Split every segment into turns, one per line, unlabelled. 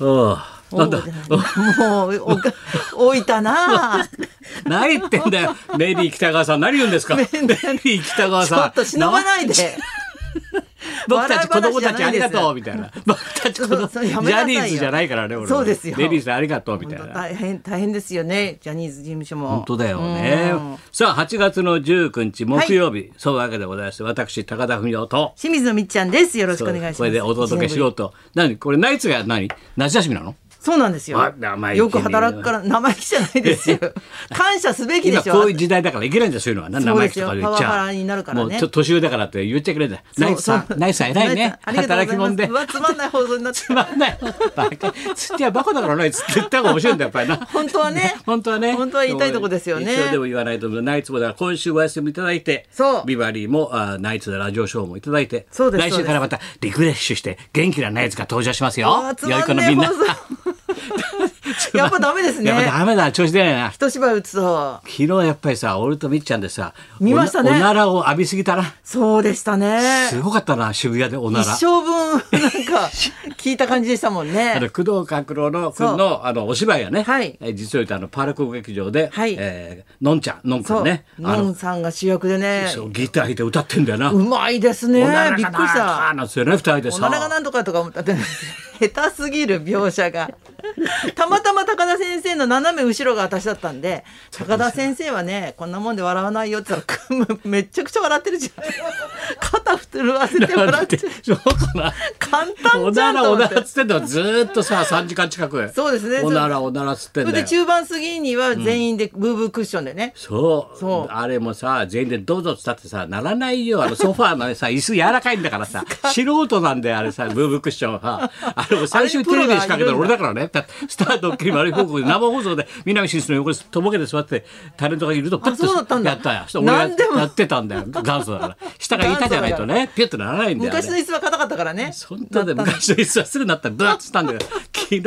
ああ、なんだ。
もうおか置いたな
何言ってん だよ。メリー北川さん、何言うんですか。メリー北川
ちょ
さん
っ。と忍ばないで
僕たち子供たちありがとう
笑い話じゃないです
みたいな。僕たち子供
そ
ジ
うそうやめな
ャ
さいよ
ニーズじゃないからね、俺は
そうですよ
レディースありがとうみた
本
い
当
な。
大変大変ですよねジャニーズ事務所も
本当だよね。さあ、8月の19日木曜日、そういうわけでございまして、私高田文夫と。
清水のみっちゃんですよろしくお願いします
これでお届けしようと。何これナイツが何夏休みなの
そうなんですよ
あ生意気に
よく働くから生意気じゃないですよ感謝すべきで
今
しょ
こういう時代だからいけないんだよそういうのはな
そう
生
で
意
す
気
よ
とかで言っち
パワハ
ゃ
ラになるから
も
ね
うちょっと年上だからって言っちゃいけないんだよ
そう
ナイツさ
そうん
ナイツさん偉いね
ナイツさんあり
働
がと
き
うござ
者
い
で
ますうわつまんない放送になっち
つ
ゃう
まんない。バカ。土はバカだからな、いつって言った方が面白いんだ、やっぱりな。
本当はね
本当はね。
本当は言いたいとこですよね
一応でも言わないと思う。ナイツもだから今週お休みいただいて、
そう
ビバリーもあナイツのラジオショーもいただいて、
そうです
来週からまたリフレッシュして元気なナイツが登場しますよ。
あーつま
良
んねえ
い子のみんな
放。送やっぱダメですね
やっぱダメだ、調子出ないな。
一芝居打つと
昨日やっぱりさ、俺とみっちゃんでさ、
見ましたね
おなおならを浴びすぎたな。
そうでしたね
すごかったな、渋谷でおな
一
ら。
生分なんか聞いた感じでしたもん
あ
ね
の工藤官九郎の
そう
君のあのお芝居がね、
はい
えー実を言うとあのパルコ劇場で、
はい
えーのんちゃんのんく
そ
ん
う、
ねあ
の
の
んさんが主役でね
そうギター弾いて歌ってんだよな。
うまいですね
おならがな
びっくり
あ
し
ー
た
なんですよね二人で
お
さ
ならがなんとかとか思っただって下手すぎる描写 がたまたま高田先生の斜め後ろが私だったんで高田先生はねこんなもんで笑わないよって言ったらくめっちゃくちゃ笑ってるじゃん肩震わせて笑って
そうか な
簡
お
単じ
な
ゃ
んら
と
お
思
な
って
らっつってんのずーっとさ3時間近く
そうですね
おならおならっつって
そ
ん
れ
だ
で
よ
中盤過ぎには全員でブーブークッションでね、
そう
そう
あれもさ全員でどうぞっつったってさならないよあのソファーのさ椅子柔らかいんだからさ素人なんだよあれさブーブークッションはあれも最終テレビで仕掛けたの俺だからねだってスタートっきり丸い方向で生放送で南進出の横にとぼけて座ってタレントがいるとパッと
そうだったんだ
やったよそしたら
なんで
俺
も
がやってたんだよ元祖だから下が板じゃないとねピュッとならないんだよあれ
昔の椅子は硬かったからね
そんなで昔の椅子はすぐなったらブワッつったんだよ昨日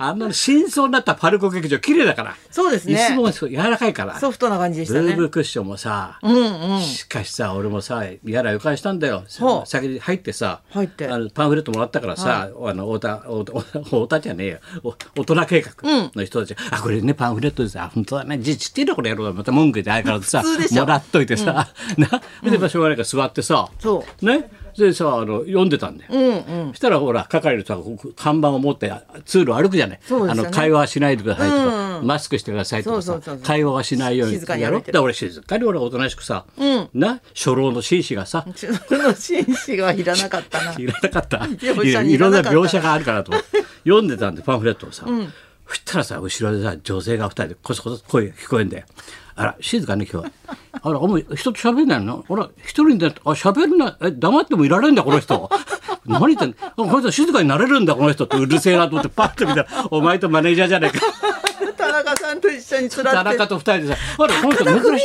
あの真相になったパルコ劇場綺麗だから
そうですね
椅子もそう柔らかいから
ソフトな感じでし
ブ
たね
ーブークッションもさ、しかしさ俺もさ嫌な予感したんだよ
ほう
先に入ってさ
入って
あのパンフレットもらったからさ、あの太田太田太田じゃねえよお大人計画の人たち、あこれねパンフレットでさあ本当だねじちってえなこれやろうまた文句言って相変わらずさ
普通でしょ
もらっといてさ、なでまあしょうがないから座ってさ、
そ
ねでさあの読んでたんだよ、そしたらほら係の人がこう看板を持って通路歩くじゃない、
そうで
あ
すよね
の会話はしないでくださいとか、マスクしてくださいとか
そう
さ
そうそうそう
会話はしないように
静かに
やろ
歩
う
い
ってて俺静かに俺はおとなしくさ、な初老の紳士がさ
ちょっとの紳士はいらなかったな。
いらなかった
描写
い
にい
ろ
ら
んな
なかった
描写があるからと思って読んでたんでパンフレットをさ、そしたらさ後ろでさ女性が二人でこそこそ声が聞こえんだよあら静かね今日はあらお前人と喋んないのあら一人であ喋んないえ黙ってもいられんだこの人 何言ってんのあこの人静かになれるんだこの人ってうるせえなと思ってパッと見たらお前とマネージャーじゃないか
田中さんと一緒につら
田
って。
中と二人でさあらこの人珍
田文夫
しい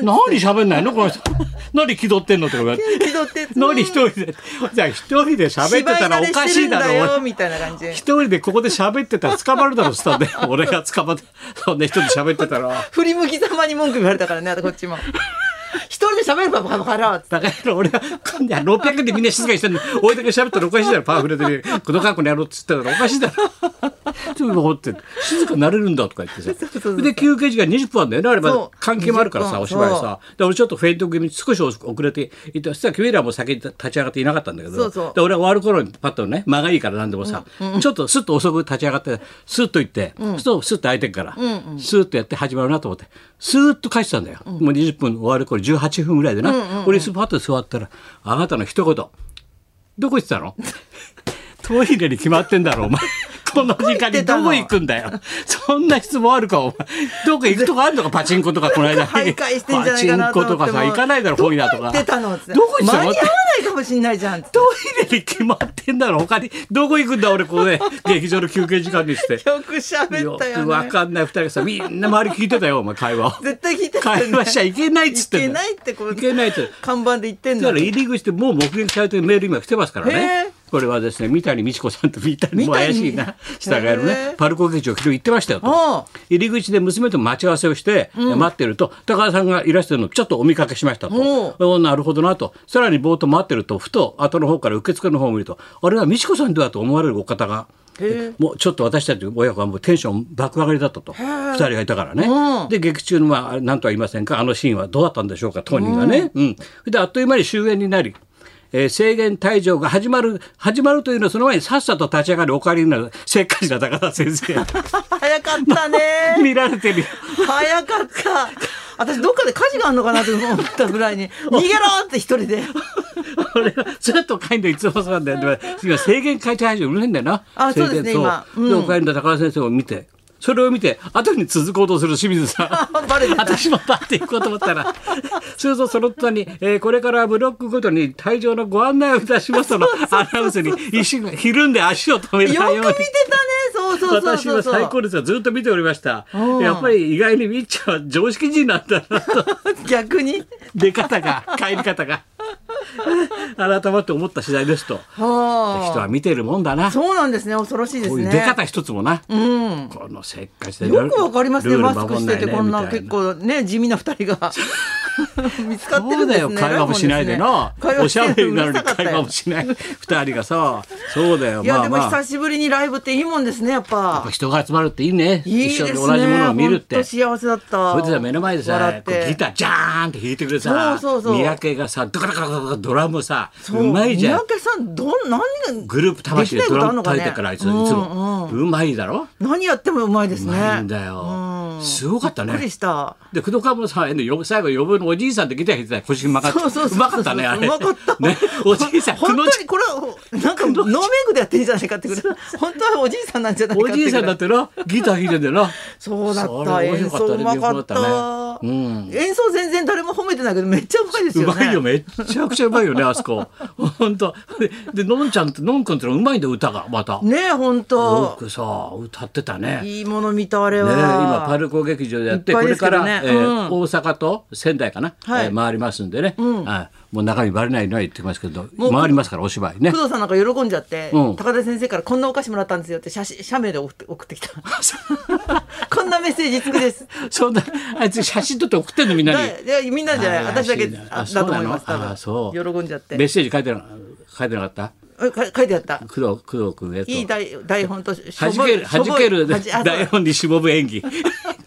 じゃん
何喋んないのこの人 何気取ってんのってのが
気取って
何一人でじゃあ一人で喋ってたらおかしいだ
芝居慣れしてるん
ろ
だよ
俺
みたいな感じで
一。人でここで喋ってたら捕まるだろスタンで俺が捕まってそんな人で喋ってたら
振り向きざまに文句言われたからね、あとこっちも。一人で喋ればバカバカっつって
だから俺は今度は600でみんな静かにしてんの俺だけ喋ったらおかしいだろパワフルでこの格好にやろうっつってたらおかしいだろちょっとって静かになれるんだとか言ってさ
そうそうそう
で休憩時間20分あんだよねあれまだ
そう
関係もあるからさ
20
お芝居
そ
さで俺ちょっとフェイント気味に少し遅れていってそしたら君らも先に立ち上がっていなかったんだけど
そうそう
で俺は終わる頃にパッとね間がいいから何でもさ、ちょっとスッと遅く立ち上がってスッと行って、そうするとスッと開いてるから、スッとやって始まるなと思ってスーッと返してたんだよ、もう20分終わる頃18分ぐらいでな、俺スパッと座ったらあなたの一言「どこ行ってた の? 」トイレに決まってんだろお 前。この時間にどこ行くんだよ。そんな質問あるか、お前。どこ行くとこあるのか、パチンコとか、この間。
徘徊してんじゃないかなと
パ
思って。
チンコとかさ、行かないだろ、本屋とか。
どこ行ってたのつって
どこ行ってた
間
の
に合わないかもしんないじゃんっつって。
トイレに決まってんだろ他にどこ行くんだ俺ここで劇場の休憩時間にして。
よく喋ったよ
わ
ね。
かんない二人がさみんな周り聞いてたよお前会話を。
絶対聞いてたよ
会
ね
話しちゃいけないっつってんだよ
いけないってこう
いけないっつって
看板で言ってん
だ
の
から。入り口でもう目撃されてるメール今来てますから
へ
ね
え。
これはですね三谷美智子さんと三谷もう怪しいな
三
従
谷
える
へ
ね
え
パルコ劇場昨日行ってましたよ
お
と
う
入り口で娘と待ち合わせをして待ってると高田さんがいらしてるのをちょっとお見かけしましたと
お
おなるほどなとさらにぼーっと待ってるとふと後の方から受付の方を見るとあれは美智子さんではと思われるお方が
へえ
もうちょっと私たち親子はもうテンション爆上がりだったと2人がいたからね、
うん
で劇中のまあ何とは言いませんかあのシーンはどうだったんでしょうか当人がね、うんであっという間に終焉になり、えー制限退場が始まる始まるというのはその前にさっさと立ち上がるお帰りになるせっかちな高田先 生
早かったね
見られてるよ
早かった私どっかで火事があるのかなと思ったぐらいに「逃げろ!」って一人で
俺はずっと帰るのいつもそうなんだよでも今制限開始配信うるせえんだよな
あそうです
制
ね
限
今うん
でお帰りの高田先生を見てそれを見て後に続こうとする清水 さん
バレて た
私も バッて行こうと思ったらするとその途端に、えーこれからブロックごとに退場のご案内をいたしますとのアナウンスに一瞬ひるんで足を止め
よ
ない
く見
よう
てた
に
ね。そうそうそう
私
そう
は最
そ
高ですよずっと見ておりました
うん
やっぱり意外にみっちゃんは常識人なんだなと
う逆に
出方が帰り方が 改まって思った次第ですと人は
はあ
見てるもんだな。
そうなんですね恐ろしいで
こ
す
ういう
ね
出方一つもな。
うん
このせっかちで
よくわかりますね
ルール
マスク
守
し
んな
て
いね
てこんな
みたい
結構ね地味な二人が見つかってるんで
そう
すね
だよ会話もしないでな、
偉もん
お
です
し
ね
ゃべりなのに
会話してるうるさかった
会
よ
話もしない二人がさそうだよ
いや、
まあ
でも
ま
久しぶりにライブっていいもんですねやっぱ
あ人が集まるっていいね
いいで
一
す
緒
ね
に同じものを見るっ
ほん
て
と幸せだった
それでさ目の前で
笑
さ
っ
こうギ
て
タージャーンって弾いてくれさ
そうそうそう
三宅がさドカドカドカドカドラムさ
そう
まいじゃん
三宅さんどん何が
グループ魂でドラム
で
叩
きないことあんのかね
いてからあいついつもうまいだろ
何やってもうまいです
う
ね
まいんだ
う
よ
ん
すごかった
び
ね
っくりした
で、工藤官房さんへの呼最後呼ぶのおじいさんってギター弾いてたよ腰曲が
そう
っ
そ
て。
うそうそう
うまかったね、あれ。
うまかった
ね、おじいさん、く
本
の
当
字
にこれなんかノーメイクでやってるんじゃないかってくらい本当はおじいさんなんじゃないかっ
お
て
じい
ぐら
さんだってな、ギター弾いてんだよな。
そうだっ
そ
た
れ
演
面白か
奏
った
う
ね
まかった
見事だったねうん
演奏全然誰も褒めてないけどめっちゃうまいです
う
よね
まいよ、めっちゃくちゃうまいよ ね、あそこ。ほんと。で、のんちゃんと、のんくんってのはうまいんだよ、歌が、また。
ねえ本
よ
当
くさ、歌ってたね。ね
いいもの見たあれは、
今パルコ劇場でやって
いっぱ
こ
いで
れ
す
か
から
ら、
ね
えー
うん
大阪と仙台かな、
はい
えー回りますんでね、はいもう中身バレないのは言ってますけど回りますからお芝居ね
工藤さんなんか喜んじゃって、
うん
高田先生からこんなお菓子もらったんですよって写真写メで送って送ってきた こんなメッセージ付きです
そんなあいつ写真撮って送ってんのみん なに
だいやみんなじゃない
あー
私だけ
らしいな
あ
あ
だと思います
そうなのあー
多
そう
分喜んじゃって
メッセージ書いてな書いてなかった
えか書いてあった
工藤工藤君へと
いい台台本とし
はじける
し
は
ょぼい
じける
はじあそう
台本にしぼむ演技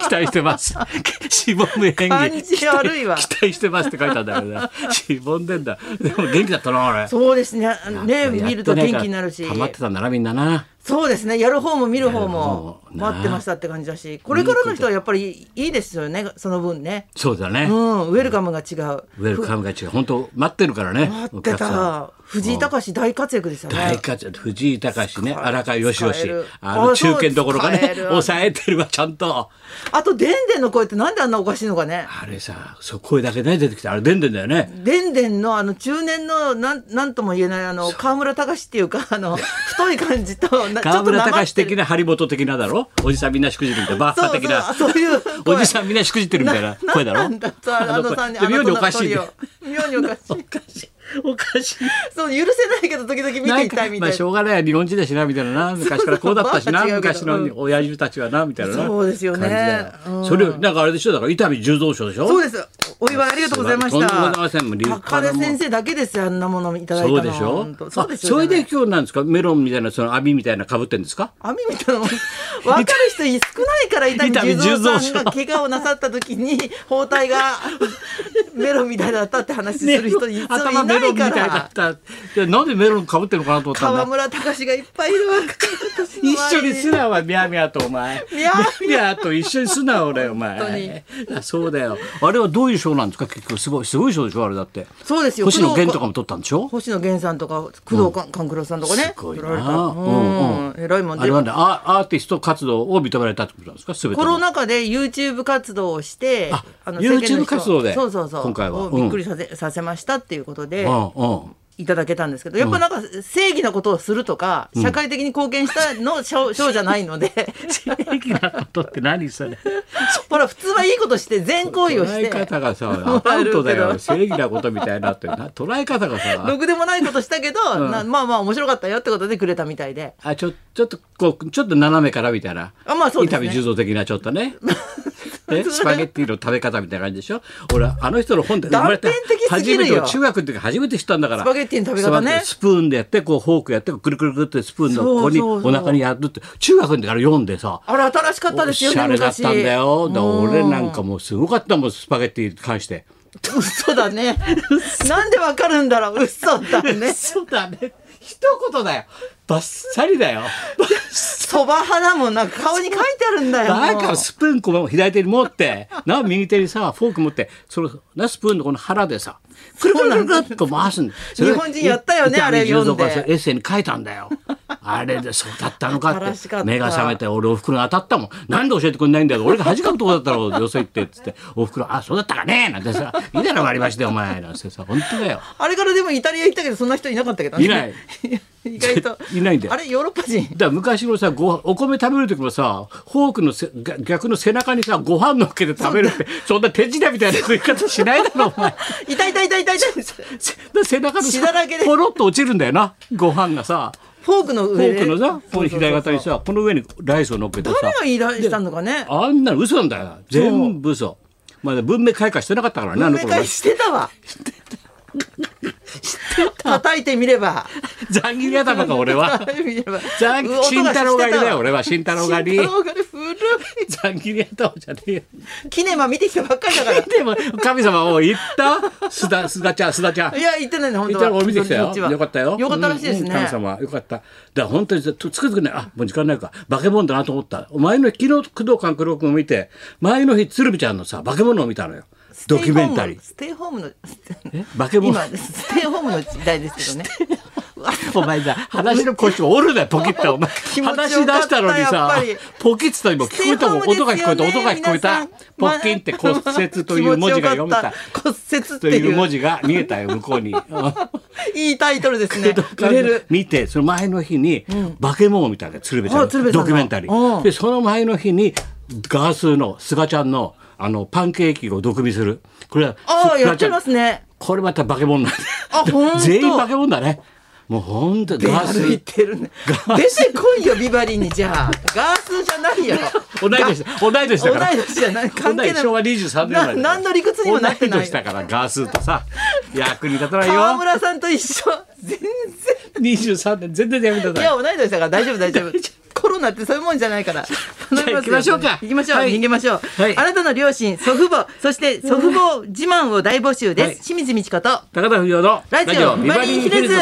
期待してます しぼむ演技
感じ悪いわ
期待期待してますって書いたんだけどなしぼんでんだでも元気だったな俺
そうですねね
やっぱりやってないから
見ると元気になるし
溜まってたんだなみんなな
そうですねやる方も見る方も
やる方もな
待ってましたって感じだしこれからの人はやっぱりいいですよねその分ね
そうだね、
うんウェルカムが違う
ウェルカムが違う本当待ってるからね
待っ
お
て
客さん
た藤井隆大活躍でしたね
大活躍藤井隆ね荒川よしよ
使え
し
る
あの
あそう
中堅どころが
使え
ね
る
抑えてるわちゃんと
あとでんでんの声ってなんであんなおかしいのかね
あれさそう声だけね出てきたあれでんでんだよね
でんでんのあの中年のなんなんとも言えないあの川村隆っていうか あの太い感じとな
川村隆
ちょっと
的な張本的なだろおじさんみんなしくじるみたいなバッハ
そう
的な
そうそういう声
おじさんみんなしくじってるみたいな声だろ
なんだそうあのさんに
あの声で妙におかしいね
妙にお かし
お
い
かしいおかしい
そう許せないけど時々見ていたいみ
ま
た
あ
い
し
な
ょうがない日本人だしなみたいなな昔からこうだったしな
そうそう
昔の
うん
親父たちはなみたいなな
そうですよね
感じだよ
うん
それよりなんかあれでしょだから伊丹十三賞でしょ
そうですお祝いありがとうございました
とんでもございませんもう立派
高
な
田
もん
先生だけですよあんなものいただいた
そう
の
でしょ
本当そうです
あそ
よ
れで
ね
今日なんですかメロンみたいなその網みたいなかぶってんですか
網みたいなもん分かる人少ないから伊丹十三さんが怪我をなさった時に包帯がメロンみたいだったって話する人いつもい
頭メ
な
ロン
い
みた
か
いだ
ら
ったでなんでメロンかぶってるのかなと思ったん
川
だ
村隆がいっぱいいるわ私の
一緒
周り
にすなわミャーミャーとお前
ミャー
ミャーと一緒にすな俺お前あそうだよあれはどういう賞なんですか結局すごいすごい賞でしょあれだって
そうですよ
星野源とかも取ったんでしょ
星野源さんとか工藤官官九郎さんとかね
すごいな
取られたうん偉いもん
あ
で
れはねアアーティスト活動を認められたってことなんですか全て
コ
の
ロナ禍で YouTube 活動をして
あ
世間の人
YouTube 活動で
そうそうそう
今回は
をびっくりさせ,、させましたっていうことで
うんうん
いただけたんですけどやっぱなんか正義なことをするとか、社会的に貢献した の賞賞じゃないので
正義なことって何それ
ほら普通はいいことして善行為を
捉
し
え
て
方が さアカウントだ
もらえ
よ
る
正義なことみたいになってるな捉え方が
ろ
さ
くでもないことしたけど、なまあまあ面白かったよってことでくれたみたいで
あちょちょっとこうちょっと斜めからみたいな
あまあそうですね
伊丹十三的なちょっとねね、スパゲッティの食べ方みたいな感じでしょ俺あの人の本で生まれて
断片的
初め
すぎる
て
よ
中学の時初めて知ったんだから
スパゲッティの食べ方ね
スプーンでやってこうフォークやってくるくるくるってスプーンのここに
そうそうそ
お
う
腹にやるって中学の時から読んでさ
あれ新しかった
お
ですよ
し
ね
ゃれだったんだよだから俺なんかもうすごかったもんスパゲッティに関して
昔嘘だねなんでわかるんだろう嘘だ ね
そうだね一言だよバッサリだよ
そば派だもんなんか顔に書いてあるんだよ
なん
も
か
う
スプーンこう左手に持って、な右手にさ、フォーク持って、そのなスプーンのこの腹でさ、くるくるくるくるっと回すんだ
日本人やったよねあれ読んで
エッセイに書いたんだよ。あれでそうだったのか
新
っ。
しかってた
目が覚めて、俺お袋に当たったもん。なんで教えてくれないんだよ。俺が恥かくとこだったろう、よそ行って、つって。お袋、あ、そうだったかねなんてさ、いいだろ、割り箸でお前。なんてさ、本当だよ。
あれからでもイタリア行ったけどそんな人いなかったけどね
いない
意外と
いないんだよ
あれヨーロッパ人
だから昔のさごお米食べる時もさフォークのせが逆の背中にさご飯乗っけて食べるってそんな手品みたいな食い方しないだろお前
痛い痛い痛い痛い痛い
せだ背中の
血だらけで
ポロッと落ちるんだよなご飯がさ
フォークの
フ
上
ォー
で
クのさこの左肩に
そうそうそう
さこの上にライスを乗っけてさ
誰が言い出したのかね
あんなの嘘なんだよ全部嘘まだ文明開化してなかったからねあの
明
頃
解してたわ叩いてみれば
残念だ頭か俺は
叩いてみれば
残
うお音
慎
がして
太
たわ
郎狩りだよ俺は慎太郎狩り
慎太郎狩り古い
残念頭じゃねえよ
キネマ見てきたばっかりだから
でも神様もう言った須田須田ちゃん須田ちゃん
いや、行ってないね、本
行
当
った
は。
ら俺見てきた
そっ
よ
ちは
よかったよ
よかったらしいです
うん
ね。
神様よかっただから本当にずっとつくづくねあもう時間ないか化け物だなと思ったお前の昨日工藤官九郎君を見て前の日鶴見ちゃんのさ化け物を見たのよドキュメンタリー
ステイホームの。ステイホームの
化け物
今、ステイホームの時代ですけどね。
お前さ話の腰を折るなよポキッ とお前
気持ちよか
話し出
った
したのに
やっ
さ
ぱり
ポキッと今聞こえたもん、
ステイホ
音
ームですよね
が聞こえた音が聞こえた
皆さん
ポッキンって 骨折という文字が読めた。
気持ちよかった
と
骨折って
い
いうう
文字が見えたよ向こう に。
いいタイトル ですね。売れる。
見てその前の日に化け物みたいな鶴瓶ちゃん
あ鶴瓶
のド
さんの
キュメンタリ
うん
ーでその前の日にガースーの菅ちゃんのあのパンケーキを毒味するこれは
ああ、
菅
やって
ちゃん
ますね。
これまた化け物なんだ
あほん と
全員化け物だねもう本当
出
ガース
歩い
ー
てるね。出てこいよ、ビバリーに、じゃあ。ガースじゃないよ。
同い年だ同い年だ
同
か
い
ら
年じゃない。関係
同
ないい。
昭和23年
な
生まれだから
何の理屈にもなってな
同い
い
年。だからガースーとさ役に立たない
川
よ
村さんと一緒。全然。
23年全然やめた
いや、同い年だから大丈夫、大丈夫。コロナってそういうもんじゃないから。頼
行
みますよ
きましょうか
行きましょう。
はい
逃げましょう。
はい
あなたの両親、祖父母、そして祖父母自慢を大募集です。
はい
清水美智子と、
高田文夫の
ラジオビバリーヒルズ。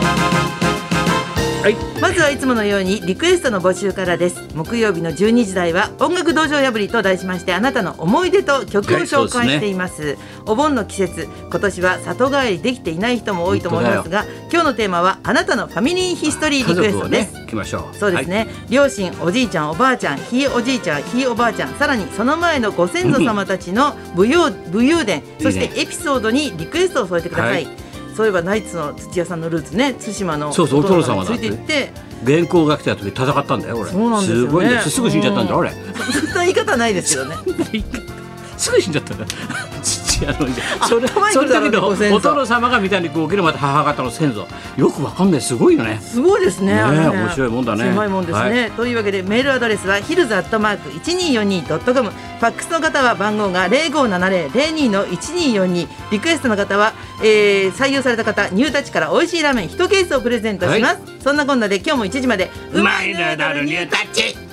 はい
まずはいつものようにリクエストの募集からです木曜日の12時台は音楽道場破りと題しましてあなたの思い出と曲を
はいそう
紹
ですね
介しています,、お盆の季節今年は里帰りできていない人も多いと思いますが今日のテーマはあなたのファミリーヒストリー
家
リクエ
族
ス
を
トで
ね
す、
行きましょう
そうですね、両親おじいちゃんおばあちゃんひいおじいちゃんひいおばあちゃんさらにその前のご先祖様たちの武勇武勇伝そし
いい
てエピソードにリクエストを添えてください、
は
そういえばナイツの土屋さんのルーツね対馬の
そうそう
に
お父様だ
ついていって
原稿が来た時戦ったんだよ俺
そうなんですよね
ごいんだよすぐ死んじゃったんだよ
うん
俺
そんな言い方ないですけどね
すぐ死んじゃったんだ 父親のじゃそれ
頭に
その
来たの
時
ね
の
ご先祖
お殿様がみたいにこう起きるまた母方の先祖よくわかんないすごいよね
すごいです
ね
ね
え
あの
面白いもんだね
狭いもんですね、というわけでメールアドレスはヒルズアットマーク 1242.com ファックスの方は番号が0570-02の1242リクエストの方は、えー採用された方ニュータッチから美味しいラーメン1ケースをプレゼントします、そんなこんなで今日も1時まで
うまいのよなるニュータ
ッチ